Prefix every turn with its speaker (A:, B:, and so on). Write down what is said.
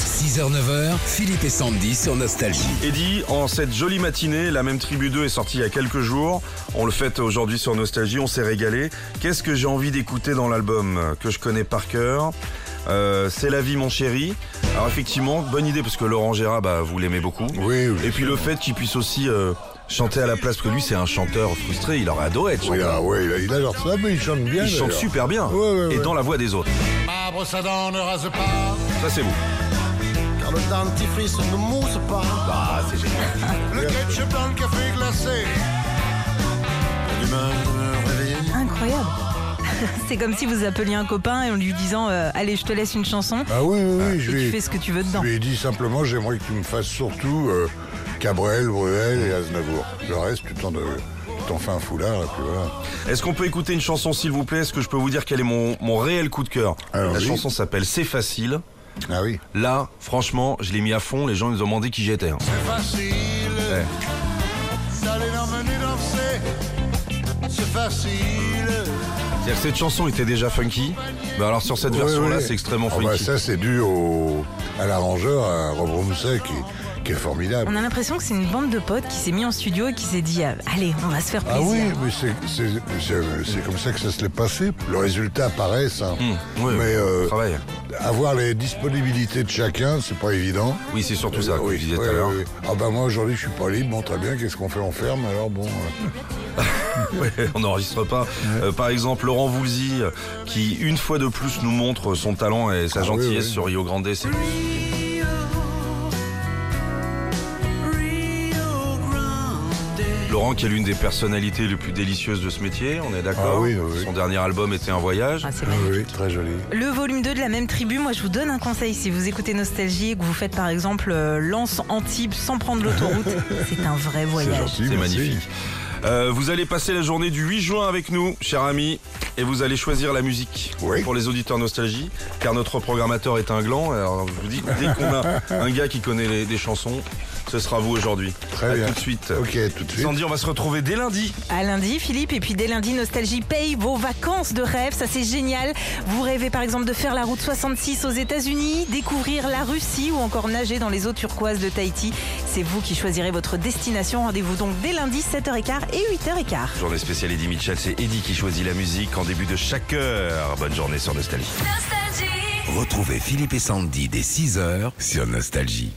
A: 6h-9h, Philippe et Sandy sur Nostalgie.
B: Eddie, en cette jolie matinée, la même tribu 2 est sortie il y a quelques jours. On le fête aujourd'hui sur Nostalgie, on s'est régalé. Qu'est-ce que j'ai envie d'écouter dans l'album euh, que je connais par cœur Euh, C'est la vie, mon chéri. Alors effectivement, bonne idée parce que Laurent Gérard, bah, vous l'aimez beaucoup.
C: Oui, oui.
B: Et puis le fait qu'il puisse aussi euh, chanter à la place parce que lui, c'est un chanteur frustré. Il aurait adoré être
C: Oui,
B: chanteur.
C: ah, ouais, il, a, il a leur ça, mais il chante bien.
B: Il chante
C: d'ailleurs.
B: super bien
C: Ouais, ouais,
B: et
C: ouais.
B: dans la voix des autres.
D: Ma brosse à dents ne rase pas,
B: Ça c'est vous.
D: car le dentifrice ne mousse pas.
B: Ah, c'est génial.
D: Le ketchup dans le café glacé. Pas d'humeur de me réveiller.
E: Incroyable. C'est comme si vous appeliez un copain et en lui disant euh, Allez, je te laisse une chanson
C: Ah oui, oui, oui,
E: et
C: je
E: tu
C: lui
E: fais
C: ai,
E: ce que tu veux
C: je
E: dedans.
C: lui ai dit simplement, j'aimerais que tu me fasses surtout euh, Cabrel, Bruel et Aznavour. Le reste, tu t'en, euh, tu t'en fais un foulard, et puis voilà.
B: Est-ce qu'on peut écouter une chanson s'il vous plaît Est-ce que je peux vous dire quel est mon, mon réel coup de cœur
C: Alors,
B: La
C: oui.
B: chanson s'appelle C'est facile.
C: Ah oui.
B: Là, franchement, je l'ai mis à fond, les gens ils ont demandé qui j'étais. hein.
D: C'est facile
B: Ouais.
D: d'aller dans le menu danser. C'est facile.
B: C'est-à-dire que cette chanson était déjà funky, bah alors sur cette version-là,
C: Ouais, ouais.
B: c'est extrêmement
C: Ah
B: funky.
C: bah, ça, c'est dû au, à l'arrangeur, à Rob Roumsey, qui, qui est formidable.
E: On a l'impression que c'est une bande de potes qui s'est mis en studio et qui s'est dit ah, Allez, on va se faire
C: Ah
E: plaisir.
C: oui, mais c'est, c'est, c'est- c'est comme ça que ça se l'est passé. Le résultat apparaît, ça.
B: Mmh, ouais,
C: mais euh,
B: travail.
C: avoir les disponibilités de chacun, c'est pas évident.
B: Oui, c'est surtout ça,
C: Euh,
B: comme
C: oui,
B: je disais
C: oui,
B: tout à l'heure.
C: oui, oui. Ah bah moi aujourd'hui je suis pas libre, bon très bien, qu'est-ce qu'on fait On ferme alors bon. euh.
B: Ouais, on n'enregistre pas. Euh, par exemple, Laurent Voulzy, euh, qui une fois de plus nous montre son talent et sa
C: Ah,
B: gentillesse
C: oui, oui.
B: sur Rio Grande. C'est- Laurent, qui est l'une des personnalités les plus délicieuses de ce métier, on est d'accord
C: Ah oui, oui, oui.
B: Son dernier album était un voyage.
E: Ah, c'est
C: Ah
E: magnifique.
C: oui, très joli.
E: Le volume 2 de la même tribu, moi je vous donne un conseil. Si vous écoutez Nostalgie et que vous faites par exemple euh, Lens Antibes sans prendre l'autoroute, c'est un vrai
C: C'est
E: voyage.
C: gentil,
B: C'est
C: merci.
B: magnifique. Euh, vous allez passer la journée du 8 juin avec nous, cher ami, et vous allez choisir la musique
C: Oui.
B: pour les auditeurs nostalgie, car notre programmateur est un gland. Alors, je vous dis, dès qu'on a un gars qui connaît les, des chansons, ce sera vous aujourd'hui.
C: Très
B: À
C: bien.
B: Tout de suite.
C: Ok, tout de suite.
B: Sandy, on va se retrouver dès lundi.
E: À lundi, Philippe, et puis dès lundi, Nostalgie paye vos vacances de rêve. Ça, c'est génial. Vous rêvez par exemple de faire la route 66 aux États-Unis, découvrir la Russie ou encore nager dans les eaux turquoises de Tahiti. C'est vous qui choisirez votre destination. Rendez-vous donc dès lundi, 7h15 et 8h15.
B: Journée spéciale Eddie Mitchell, c'est Eddie qui choisit la musique en début de chaque heure. Bonne journée sur Nostalgie.
A: Retrouvez Philippe et Sandy dès 6h sur Nostalgie.